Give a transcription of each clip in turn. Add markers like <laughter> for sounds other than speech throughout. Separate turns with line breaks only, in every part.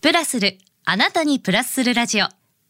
プラスる、あなたにプラスするラジオ、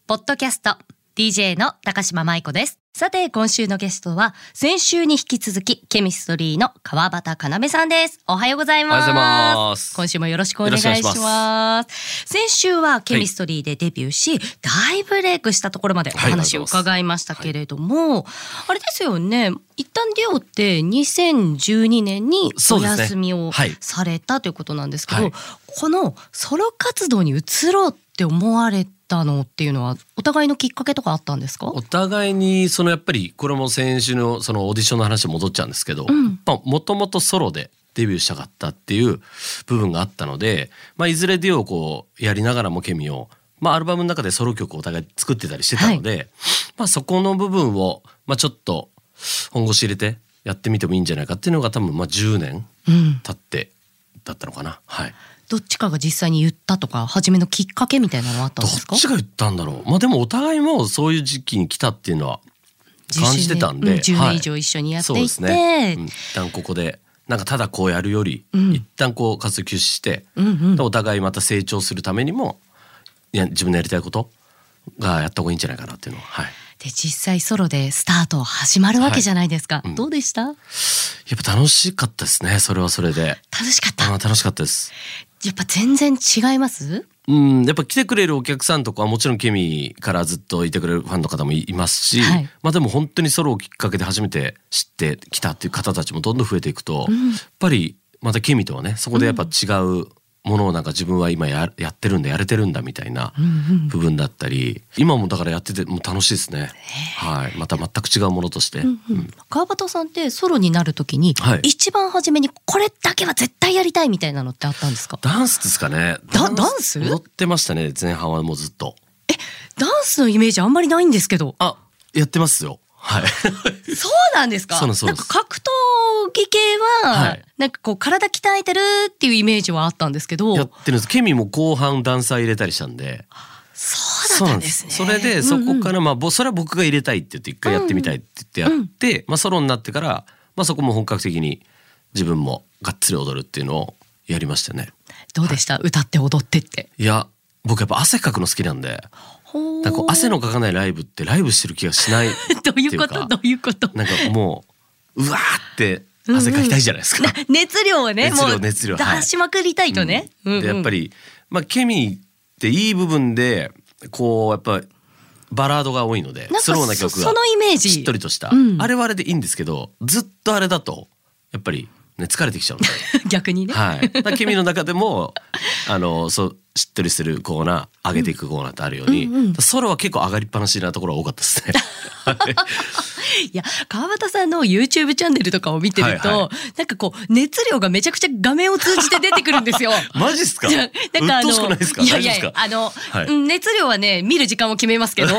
ポッドキャスト、DJ の高島舞子です。さて、今週のゲストは、先週に引き続き、ケミストリーの川端かなめさんです。おはようございます。
おはようございます
今週もよろしくお願いします。
よろしくお願
先週は、ケミストリーでデビューし、大ブレイクしたところまでお
はい
話を伺いましたけれども、あれですよね、一旦デュオって2012年に
そ
お
うですね
休みを
はい
されたということなんですけど、
はい
このソロ活動に移ろうって思われたのっていうのはお互いのきっかけとかあったんですか
お互いにそのやっぱりこれも先週のそのオーディションの話に戻っちゃうんですけど
ん
もともとソロでデビューしたかったっていう部分があったので、まあ、いずれデュオをこうやりながらもケミを、まあ、アルバムの中でソロ曲をお互い作ってたりしてたので、まあ、そこの部分を、まあ、ちょっと本腰入れてやってみてもいいんじゃないかっていうのが多分まあ10年
うん、
経ってだったのかな。はい
どっちかが実際に言ったとか初めのきっかけみたいなのはあったん
ど
ですか
っちが言ったんだろう。まあでもお互いもそういう時期に来たっていうのは感じてたんで、
自主練うん10年
はい
以上一緒にやってい
そう
て、
ですね。うん一旦ここでなんかただこうやるより、
うん
一旦こう活動休止して、
うんうん
でお互いまた成長するためにもいや自分のやりたいことがやった方がいいんじゃないかなっていうのは、はい。
で実際ソロでスタート始まるわけじゃないですか、
いうん
どうでした楽
やっぱ楽しかったですね。それはそれで。
しかっ
あ
た
ー楽しかったです。
やっぱ全然違います
うん、やっぱ来てくれるお客さんとかはもちろんケミからずっといてくれるファンの方もいいますし、
はい
まあでも本当にソロをきっかけで初めて知ってきたっていう方たちもどんどん増えていくと、やっぱりまたケミとはねそこでやっぱ違うものをなんか自分は今ややってるんだやれてるんだみたいな部分だったり、今もだからやっててもう楽しいですね、はい、また全く違うものとして、うん
川端さんってソロになるときに、
はい
一番初めにこれだけは絶対やりたいみたいなのってあったんですか
ダンスですかね
ダダンス
踊ってましたね前半はもうずっと
ダンスのイメージあんまりないんですけど。
あやってますよはい
そうなんですか。
そうなんですそう
な
なんん
か
です
格闘技系は、
はい
なんかこう体鍛えてるっていうイメージはあったんですけど。
やってるんですケミも後半ダンサー入れたりしたんで
そうだったんですね。
そうなんですそれでそこから、まあぼそれは僕が入れたいって言って一回やってみたいって言ってやって、まあ、ソロになってから、まあ、そこも本格的に自分もがっつり踊るっていうのをやりましたね
どうでした、歌って踊ってって。
いや僕やっぱ汗かくの好きなんで
ほ
なんかこう汗のかかないライブってライブしてる気がしない
<laughs> どういうこ
ってい
と
うか
どういうこと。
なんかもううわーって汗かきたいじゃないですか、
熱量をね
熱量
もう
熱量はい
出しまくりたいとね。
うんでやっぱ
り
り、まあ、ケミっていい部分でこうやっぱバラードが多いので
なんか
スローな曲が
そそのイメージ
しっとりとした、
うん
あれはあれでいいんですけどずっとあれだとやっぱり、ね、疲れてきちゃうので、
<laughs> 逆 <laughs> にね。
はい、だからケミの中でもあのそうしっとりするコーナー上げていくコーナーってあるように、
うんうんうん
ソロは結構上がりっぱなしなところが多かったです
<laughs>
ね。
いや川端さんの YouTube チャンネルとかを見てると、
はいは
なんかこう熱量がめちゃくちゃ画面を通じて出てくるんです
<laughs>
よ。
マジっすか
いやなんかあ
鬱陶しく
の
ないですか
いやいや
大丈夫ですか
あの、
はい
うん熱量はね見る時間を決めますけ
<laughs>
ど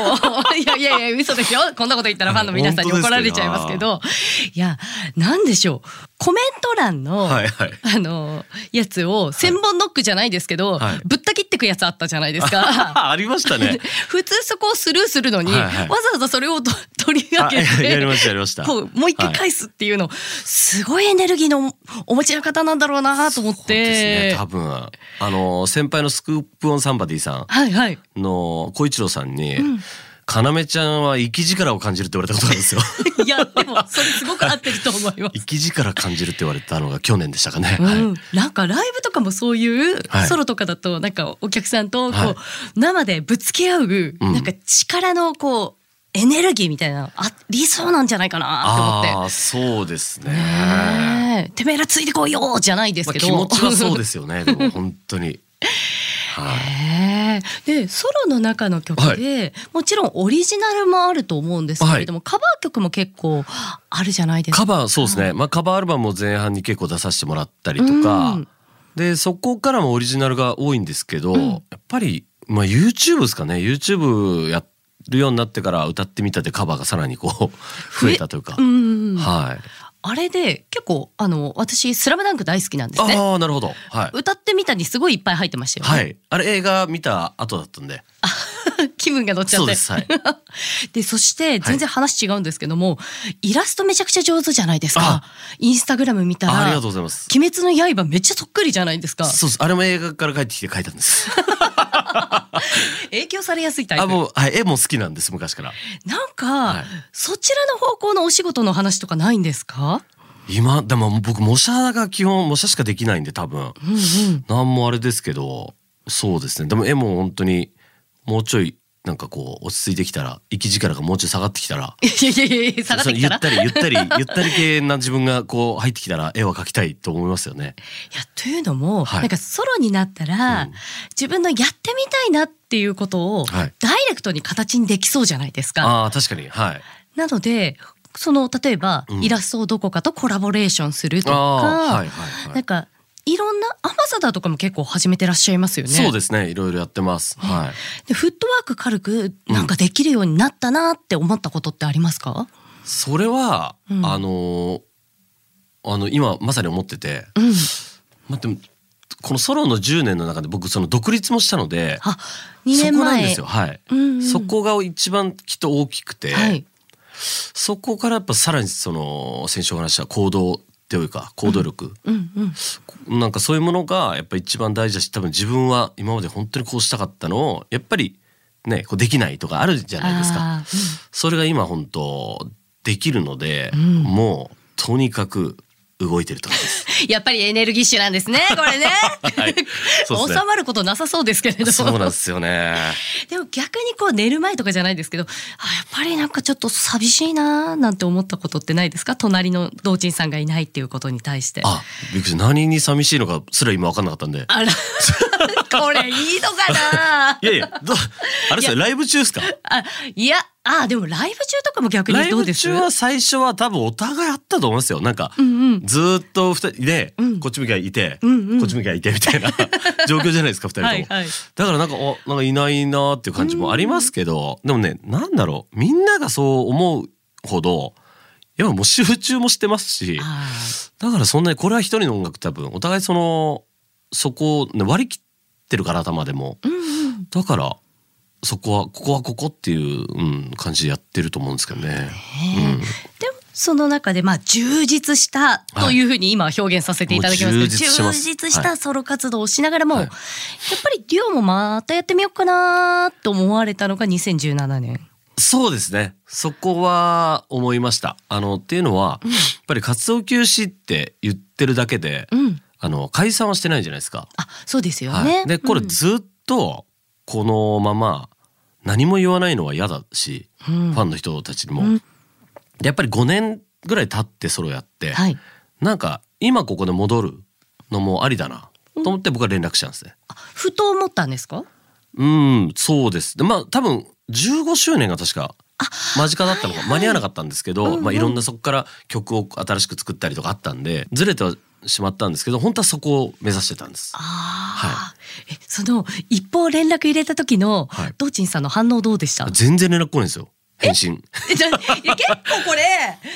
いやいやいや嘘ですよこんなこと言ったらファンの皆さんに
本
怒
当
ら
ですけど
れちゃいますけどいやなんでしょうコメント欄の、
はいはい
あのやつを千本ノックじゃないですけど、
はい
ぶった切ってくやつあったじゃないですか。
<laughs> ありましたね。
<laughs> 普通そこをスルーするのに、
はいはい
わざわざそれをと <laughs> 取り上
あ
げ
や <laughs> や
て
りましたやりました。
こうもう一回
はい
返すっていうの、すごいエネルギーのお持ちの方なんだろうなと思っ
そうですね
て、。
多分あの先輩のスクープオンサンバディさ
はいはい。
んの小一郎さんに、かなめちゃんは生き力を感じるって言われたことあるんで
<laughs>
すよ。
いやでもそれすごく合ってると思います。
生き力感じるって言われたのが去年でしたかね。
う
はい
ん、なんかライブとかもそういう、
はい
ソロとかだとなんかお客さんとこう、
はい
生でぶつけ合う、なんか力のこうエネルギーみたいなのありそうなんじゃないかなと思
あ
っ
あそうですね。
て。ねえてめえらついてこいよじゃないです
まあ、
けど、
気持ちは
<laughs>
そうですよね。でも本当に。はい。
へえでソロの中の曲で、もちろんオリジナルもあると思うんですけれども、カバー曲も結構あるじゃないですか。
カバーそうですね。まあカバーアルバムも前半に結構出させてもらったりとか、
うん
でそこからもオリジナルが多いんですけど、やっぱりまあ YouTube ですかね。YouTube やるようになってから歌ってみたでカバーがさらにこう増えたというか、
うん
はい。
あれで結構あの私「スラムダンク大好きなんですね。
ああなるほど。はい。
歌ってみたにすごいいっぱい入ってましたよね。
はい。あれ映画見た後だったんで、
<laughs> 気分が乗っちゃ
そ
っ
う
て
ですはい
でそして全然話違うんですけども、イラストめちゃくちゃ上手じゃないですか
あ
インスタグラム見た
あありが
ら
とう
「
ございます
鬼滅の刃」めっちゃそっくりじゃないですか
そうですあれも映画から帰ってきて書いたんです
影響されやすいタイ
あ
プ
もう、はい、絵も好きなんです昔から
なんか、
はい
そちらの方向のお仕事の話とかないんですか、
今でも僕模写が基本模写しかできないんで多分 <laughs>
うんうん、
なんもあれですけどそうですねでも絵も本当にもうちょいなんかこう落ち着いてきたら息力がもうちょい下がってきたら
いやいやいやいや下がってきたら
そのゆったりゆったり <laughs> ゆったり系な自分がこう入ってきたら絵は描きたいと思いますよね。
いやというのも、
はい
なんかソロになったら、
うん
自分のやってみたいなっていうことを、
はい
ダイレクトに形にできそうじゃないですか。
ああ確かにはい。
なのでその例えば、
うん
イラストをどこかとコラボレーションすると
あ
か、
あはいはいは
なん
い。
かいろんなアンバサダーとかも結構始めてらっしゃいますよね。
そうですねいろいろやってます。はい。
でフットワーク軽くなんかできるようになったなって思ったことってありますか？
それは、
うん
あのーあの今まさに思ってて、
うん。
まあ、でもこのソロの10年の中で僕その独立もしたので
あ、二年前。
そこなんですよ。はい。
うんうん
そこが一番きっと大きくて、
はい。
そこからやっぱさらにその先週お話しした行動というか行動力、
うんうん。
なんかそういうものがやっぱ一番大事だし多分自分は今まで本当にこうしたかったのをやっぱりねこうできないとかあるじゃないですか
あー
それが今本当できるので、
ん
もうとにかく動いてると思
<laughs>
います。
うんやっぱりエネルギッシュなんですね。これね。
<laughs> はい、そうで
収まることなさそうですけれど
すね。
も
そうなんですよね。
でも逆にこう寝る前とかじゃないですけどあやっぱりなんかちょっと寂しいなーなんて思ったことってないですか隣の同人さんがいないっていうことに対して。
あ、びっくりした。何に寂しいのかすら今分かんなかったんで。
あら <laughs> これいいのかない
やいや、どあれですよ、ライブ中ですか
あいやあでもライブ中とかも逆
ラ
に
イ
どう
ブ
です
中は最初は多分お互いあったと思いますよ。なんか、
うんうん
ずーっと二人で、
うん
こっち向きゃいて、
うんうん
こっち向きゃいてみたいな <laughs> 状況じゃないですか、二人とも。
はいはい
だからなんか、おなんかいないなーっていう感じもありますけど、でもね、なんだろう、みんながそう思うほど、いやもう集中もしてますし、
あ
だからそんなに、これは一人の音楽多分、お互いその、そこを、ね、割り切ってるから頭でも。
ーうんうん
だからそこはここはここっていう、うん、感じでやってると思うんですけどね。
ね
う
で
ん
もその中でまあ充実したというふうに今表現させていただきますけど、
はいもう充実してます
充実したソロ活動をしながらも、
はい
やっぱりデュオもまたやってみようかなと思われたのが2017年。
そうですねそこは思いましたあのっていうのは、やっぱり活動休止って言ってるだけで、
うん、
あの解散はしてないじゃないですか。
あそうですよ
はい
ね。
でこれ
うん
ずっとこのまま何も言わないのは嫌だし、
うん
ファンの人たちにも。
うん
でやっぱり5年ぐらい経ってソロやって、
はい、
なんか今ここで戻るのもありだなと思って僕は連絡したんですね。
あふと思ったんですか
うん、そうです。でまあ多分15周年が確か間近だったのか、間に合わなかったんですけど、
うんうん
まあいろんなそこから曲を新しく作ったりとかあったんでずれてはしまったんですけど本当はそこを目指してたんです。
ああ、えその一方連絡入れた時の、
はい
道珍さんの反応どうで
<laughs>
した？
全然連絡来ないんですよ返信。
えじゃいや結構これ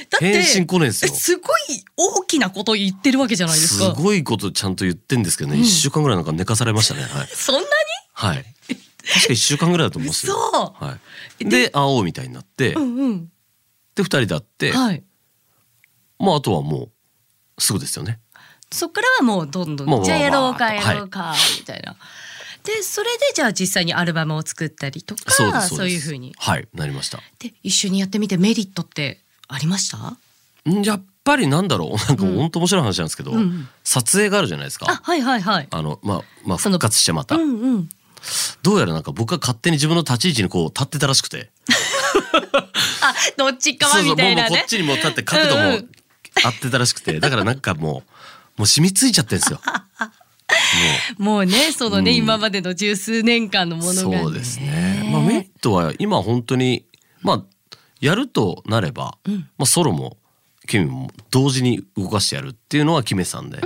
だって
返信来ないんですよ
えすごい大きなこと言ってるわけじゃないです
す
か。
ごいことちゃんと言ってんですけどね、
うん
1週間ぐらいなんか寝かされましたね。はい、
そんなに
はい、確か1週間ぐらいだと思うんですよ。
嘘。
はい、で会おうみたいになって、
うんうん。
で2人で会って、
はい。
まああとはもうすぐですよね。
そっからはもうどんど
もうん
じゃあやろうか
わーっ
や
と
ろうかみたいな。でそれでじゃあ実際にアルバムを作ったりとか
そうです
そ
です
ういうふうに。
はいなりました。
で一緒にやってみてメリットってありました？
んやっぱりなんだろうなんか
うん
本当面白い話なんですけど、
うん
撮影があるじゃないです
あ
か。
はいはいはい。
あのまあまあ
その
復活してま
う
た、
んうん。
どうやらなんか僕が勝手に自分の立ち位置にこう立ってたらしくて、
あどっちか
そ
は
うそ
み
う
た
もう
い
もう
な
こ
ね
っ。ちにも立って角度も
うんう
合ってたらしくてだからなんかもうもう染みついちゃってるんですよ。も
もうねそのね、
うん
今までの十数年間の
う
ものが、ね、
そうですね。まあメリットは今本当にまあやるとなれば、
うん
まあソロも君も同時に動かしてやるっていうのは決めてたんで、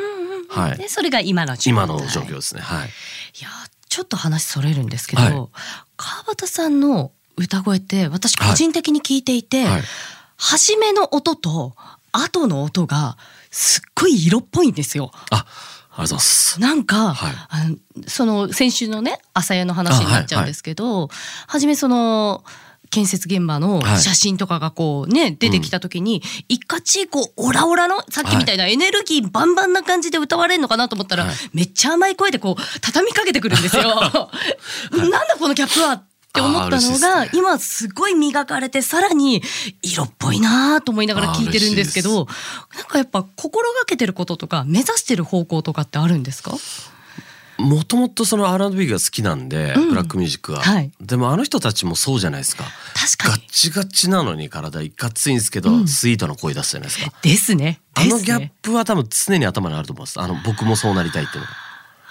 はい
でそれが今の状態
今の状況ですね。はい。
いやちょっと話それるんですけど、
はい
川端さんの歌声って私個人的に聞いていて、
はい
初めの音と後の音がすっごい色っぽいんですよ。
あ、ありがとうございます。
なんか、
はい
あのその先週のね朝屋の話になっちゃうんですけど、はじめその建設現場の
はい
写真とかがこうね、出てきた時に、いかちいこうオラオラのさっきみたいなエネルギーバンバンな感じで歌われるのかなと思ったら、
はい
めっちゃ甘い声でこう畳みかけてくるんですよ。 <laughs> なんだこのキャップはって思った
あー嬉しい
の
っす
が、
ね
今すごい磨かれてさらに色っぽいなと思いながら聞いてるんですけ
あー
どなんかやっぱ心がけてることとか目指してる方向とかってあるんですか
もともとその R&B が好きなんで、
うん
ブラックミュージックは、
はい
でもあの人たちもそうじゃないですか。
確
ガ
か
ッ
に
チガチなのに体いかついんですけど、
うん
スイートな声出すじゃないですか。
ですね。
あ
で
の
すね
ギャップは多分常に頭にあると思います。あの僕もそうなりたいっていうのが。
<laughs> あ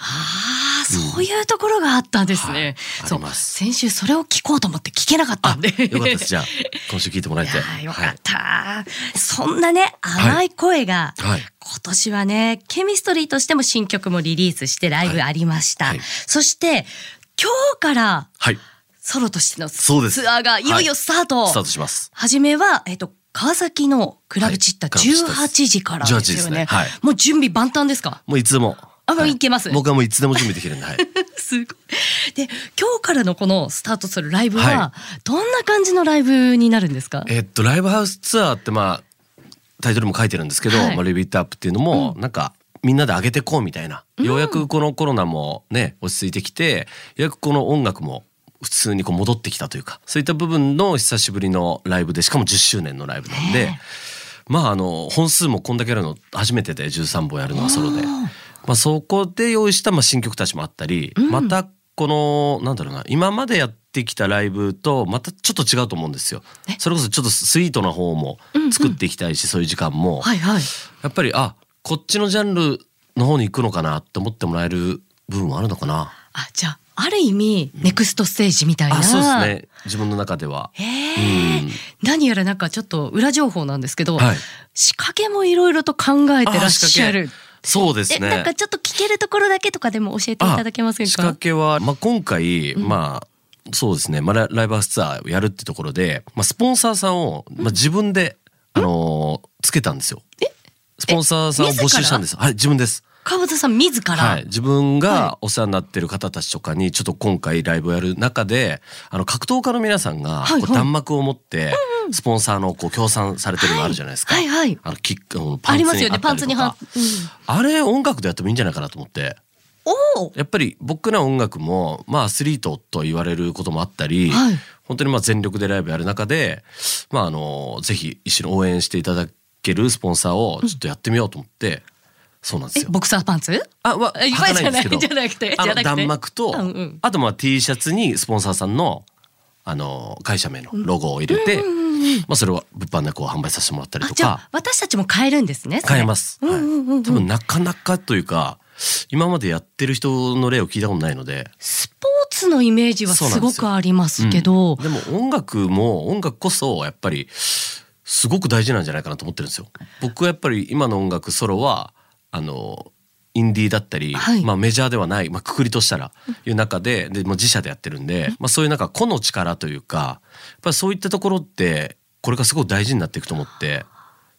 あそういうところがあったんですね。
はい
そう
あります
先週それを聞こうと思って聞けなかったんで。
よかったです。じゃあ今週聞いてもらえて。
<laughs> いやーよかった、そんなね甘い声が、
はい。はい。
今年はねケミストリーとしても新曲もリリースしてライブありました、
はいはい
そして今日から
はい。
ソロとしてのツ
そうです
アーがいよいよスタート、
スタートします。
はじめは、えっと、川崎のクラブチッタ
はいクラブチッタ
18時からですよ
18
ね。
時ですねはい
もう準備万端ですか <laughs>
もういつでも。
あもう
はい
けます
僕はもういつでも準備できるんで。はい。
すごい。で、今日からのこのスタートするライブは、
は
どんな感じのライブになるんですか
えっとライブハウスツアーってまあタイトルも書いてるんですけど「
はい
まあ、レビットアップ」っていうのも、なんかみんなで上げてこうみたいな、ようやくこのコロナもね落ち着いてきてようやくこの音楽も普通にこう戻ってきたというかそういった部分の久しぶりのライブでしかも10周年のライブなんで、まああの本数もこんだけやるの初めてで13本やるのはソロで、まあ、そこで用意したまあ新曲たちもあったり、またこのなんだろうな今までやってきたライブとまたちょっと違うと思うんですよ。それこそちょっとスイートな方も作っていきたいし、そういう時間も、
はいはい。
やっぱりあこっちのジャンルの方に行くのかなって思ってもらえる部分もあるのかな。
あ、じゃあ、ある意味、ネクストステージみたいな。
あそうですね自分の中では。
へー
うん
何やらなんかちょっと裏情報なんですけど、
はい
仕掛けもいろいろと考えてらっしゃる。
そうです
え、
ね。
なんかちょっと聞けるところだけとかでも教えていただけません
あ仕
か
掛けは、まあ、今回、まあそうですね、まあ、ラライブハウスツアーをやるってところで、まあ、スポンサーさんを、まあ、自分で、あのーつけたんですよ。スポンサーさんを募集したんです。はい自分です。
川端さん自ら。
はい、自分
は
がお世話になってる方たちとかにちょっと今回ライブをやる中であの格闘家の皆さんが
はいはい
こう弾幕を持ってスポンサーのこう協賛されてるのあるじゃないですか。
はいはいはい
あのキックあのパ
あ
ン
り
ツ
ます
に
よ
あ
ね、
った
パン
り
ツ
と
には
か。。あれ音楽でやってもいいんじゃないかなと思って。
うんおお。
やっぱり僕ら音楽も、まあ、アスリートと言われることもあったり、
はい
本当にまあ全力でライブやる中で、まあ、あのぜひ一緒に応援していただけるスポンサーをちょっとやってみようと思って、そうなんで
え
す、よ。
ボクサーパンツ
あ、は、
え
履かないんですけど。
じゃないじゃなくて
あ
じゃな
の
くて
弾幕と、
うんうん
あとまあ T シャツにスポンサーさんの、あの、会社名のロゴを入れて、まあそれを物販でこう販売させてもらったり
あ
と
じゃ
か
あ、私たちも買えるんですね。それ
買えます。
うんうんうんう
は
ん
い。多分なかなかというか、今までやってる人の例を聞いたことないので、
スポーツのイメージはすごくありますけど、
でも音楽も音楽こそやっぱりすごく大事なんじゃないかなと思ってるんですよ。僕はやっぱり今の音楽ソロはあのインディーだったり、
はい
まあメジャーではない、まあ、くくりとしたらいう中ででもう自社でやってるんで、まあ、そういうなんか個の力というかやっぱりそういったところってこれがすごく大事になっていくと思って、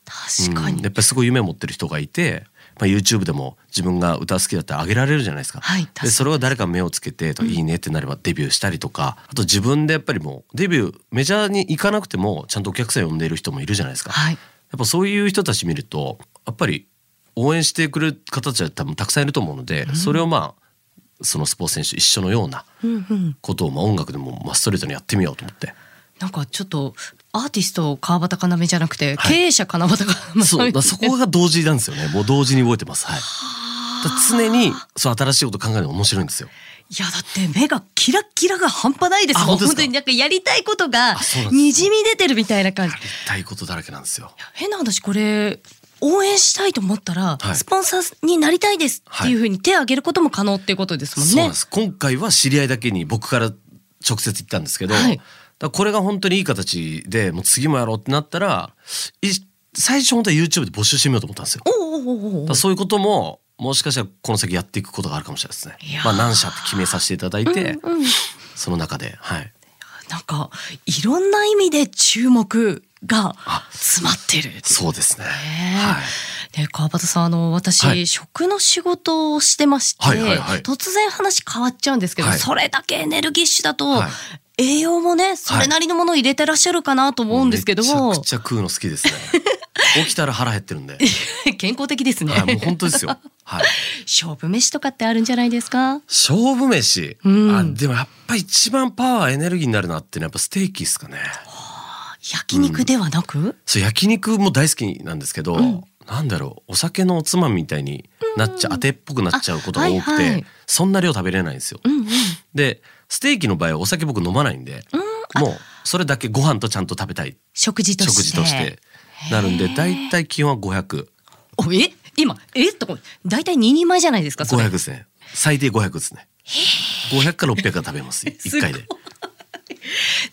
確か
う
に。
んやっぱりすごい夢を持ってる人がいて、まあ、YouTube でも自分が歌好きだったら上げられるじゃないですか。
はい確か
で
に
それを誰か目をつけてといいねってなればデビューしたりとか、あと自分でやっぱりもうデビューメジャーに行かなくてもちゃんとお客さん呼んでいる人もいるじゃないですか。
はい。
やっぱそういう人たち見るとやっぱり応援してくれる方たちは多分たくさんいると思うので、それをまあそのスポーツ選手一緒のような
うんうん。
ことをまあ音楽でもまあストレートにやってみようと思って。
なんかちょっと、アーティスト川端要じゃなくて、
はい
経営者川端要。
そうだからそこが同時なんですよね。もう同時に動いてます。はい。だから常にそう新しいこと考えるの面白いんですよ。
<laughs> いや、だって目がキラッキラが半端ないですもん。
あ本当で
本
すか
当になんかやりたいことが、
あそうなんですね
にじみ出てるみたいな感じ
や。りたいことだらけなんですよ。
変な話これ応援したいと思ったら、
はい
スポンサーになりたいですっていうふうに手を挙げることも可能っていうことですもん
そうなん
ね
で。す。今回は知り合いだけに僕から直接言ったんですけど、
はい
だからこれが本当にいい形でもう次もやろうってなったら、い最初本当は YouTube で募集してみようと思ったんですよ。だか
おうおうおうおう
らそういうことももしかしたらこの先やっていくことがあるかもしれないで
い
すね
や。ー
まあ何社って決めさせていただいて、その中ではい。
なんかいろんな意味で注目が詰まってる。
そうですね。
ねえ
はい。
で川端さんあの私、
はい
食の仕事をしてまして、
はいはいはい
突然話変わっちゃうんですけど、
はい
それだけエネルギッシュだと、
はい
栄養もねそれなりのものを入れてらっしゃるかなと思うんですけど、
もうめちゃくちゃ食うの好き
<laughs>
ですね起きたら腹減ってるんで、
健康的ですね、
はい、もう本当ですよはい
勝負飯とかってあるんじゃないですか
勝負飯、
うん
あでもやっぱ一番パワーエネルギーになるなってのはやっぱステーキですかね
焼肉ではなく、
そう焼肉も大好きなんですけど、
うん
なんだろうお酒のおつまみみたいになっちゃ、当てっぽくなっちゃうことが多くて、
あはいはい
そんな量食べれないんですよ、
うんうん
でステーキの場合はお酒僕飲まないんで、もうそれだけご飯とちゃんと食べたい
食事として
食事としてなるんで
へー
大体気温は500。
おえ今えっと大体二人前じゃないですかそ
500
れ
ですね最低500ですね500か600は食
<laughs>
べます1回で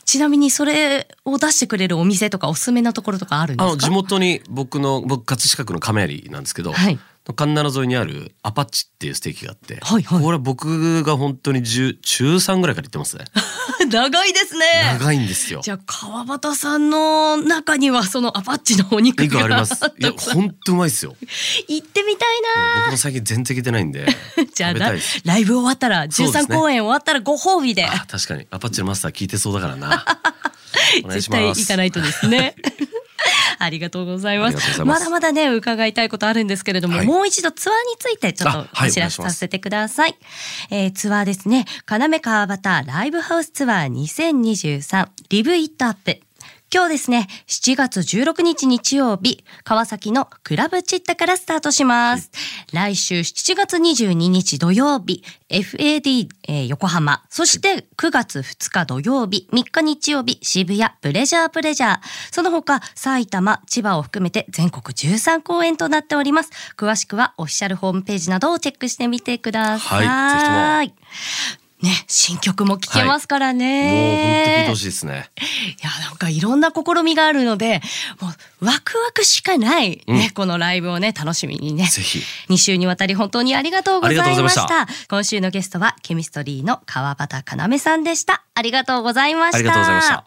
ちなみにそれを出してくれるお店とかおすすめなところとかあるんで
あ
すか
の地元に僕の僕葛飾区の亀有なんですけど、
はい
神奈川沿いにあるアパッチっていうステーキがあって、
はいはい
これ僕が本当に10中3ぐらいから行ってますね
<laughs> 長いですね
長いんですよ
じゃあ川端さんの中にはそのアパッチのお肉
肉
が
あり
<laughs>
ますいや本当うまいですよもう
行ってみたい
僕も最近全然行けてないんで
な <laughs> じゃあ
食べ
ラ
たいです
ライブ終わったら
そうです
13
ね
公演終わったらご褒美で
あ確かにアパッチのマスター聞いてそうだからなお願い
<laughs> 絶
し
対
ま
行
す
かないとですね。 <laughs> ありがとうございます
ありがとうござい
ま
ます
だまだね伺いたいことあるんですけれども、
はい
もう一度ツアーについてちょっと
あはい
お知らせさせてください、えーツアーですね要川端ライブハウスツアー2023リブイットアップ今日ですね7月16日日曜日川崎のクラブチッタからスタートします、来週7月22日土曜日 FAD、えー横浜そして9月2日土曜日3日日曜日渋谷プレジャープレジャーその他埼玉千葉を含めて全国13公演となっております詳しくはオフィシャルホームページなどをチェックしてみてください、
はい
ぜひともね新曲も聴けますから
もう本当聞い
ね、
てほ
い
しいですね
やなんかいろんな試みがあるのでもうワクワクしかない、ねこのライブをね楽しみにね
ぜひ
2週にわたり本当にありがとうございま
ありがとう
し
ご
た
ざい
今週のゲストはケミストリーの川端かなめさんでしたありがとうございました
ありがとうございました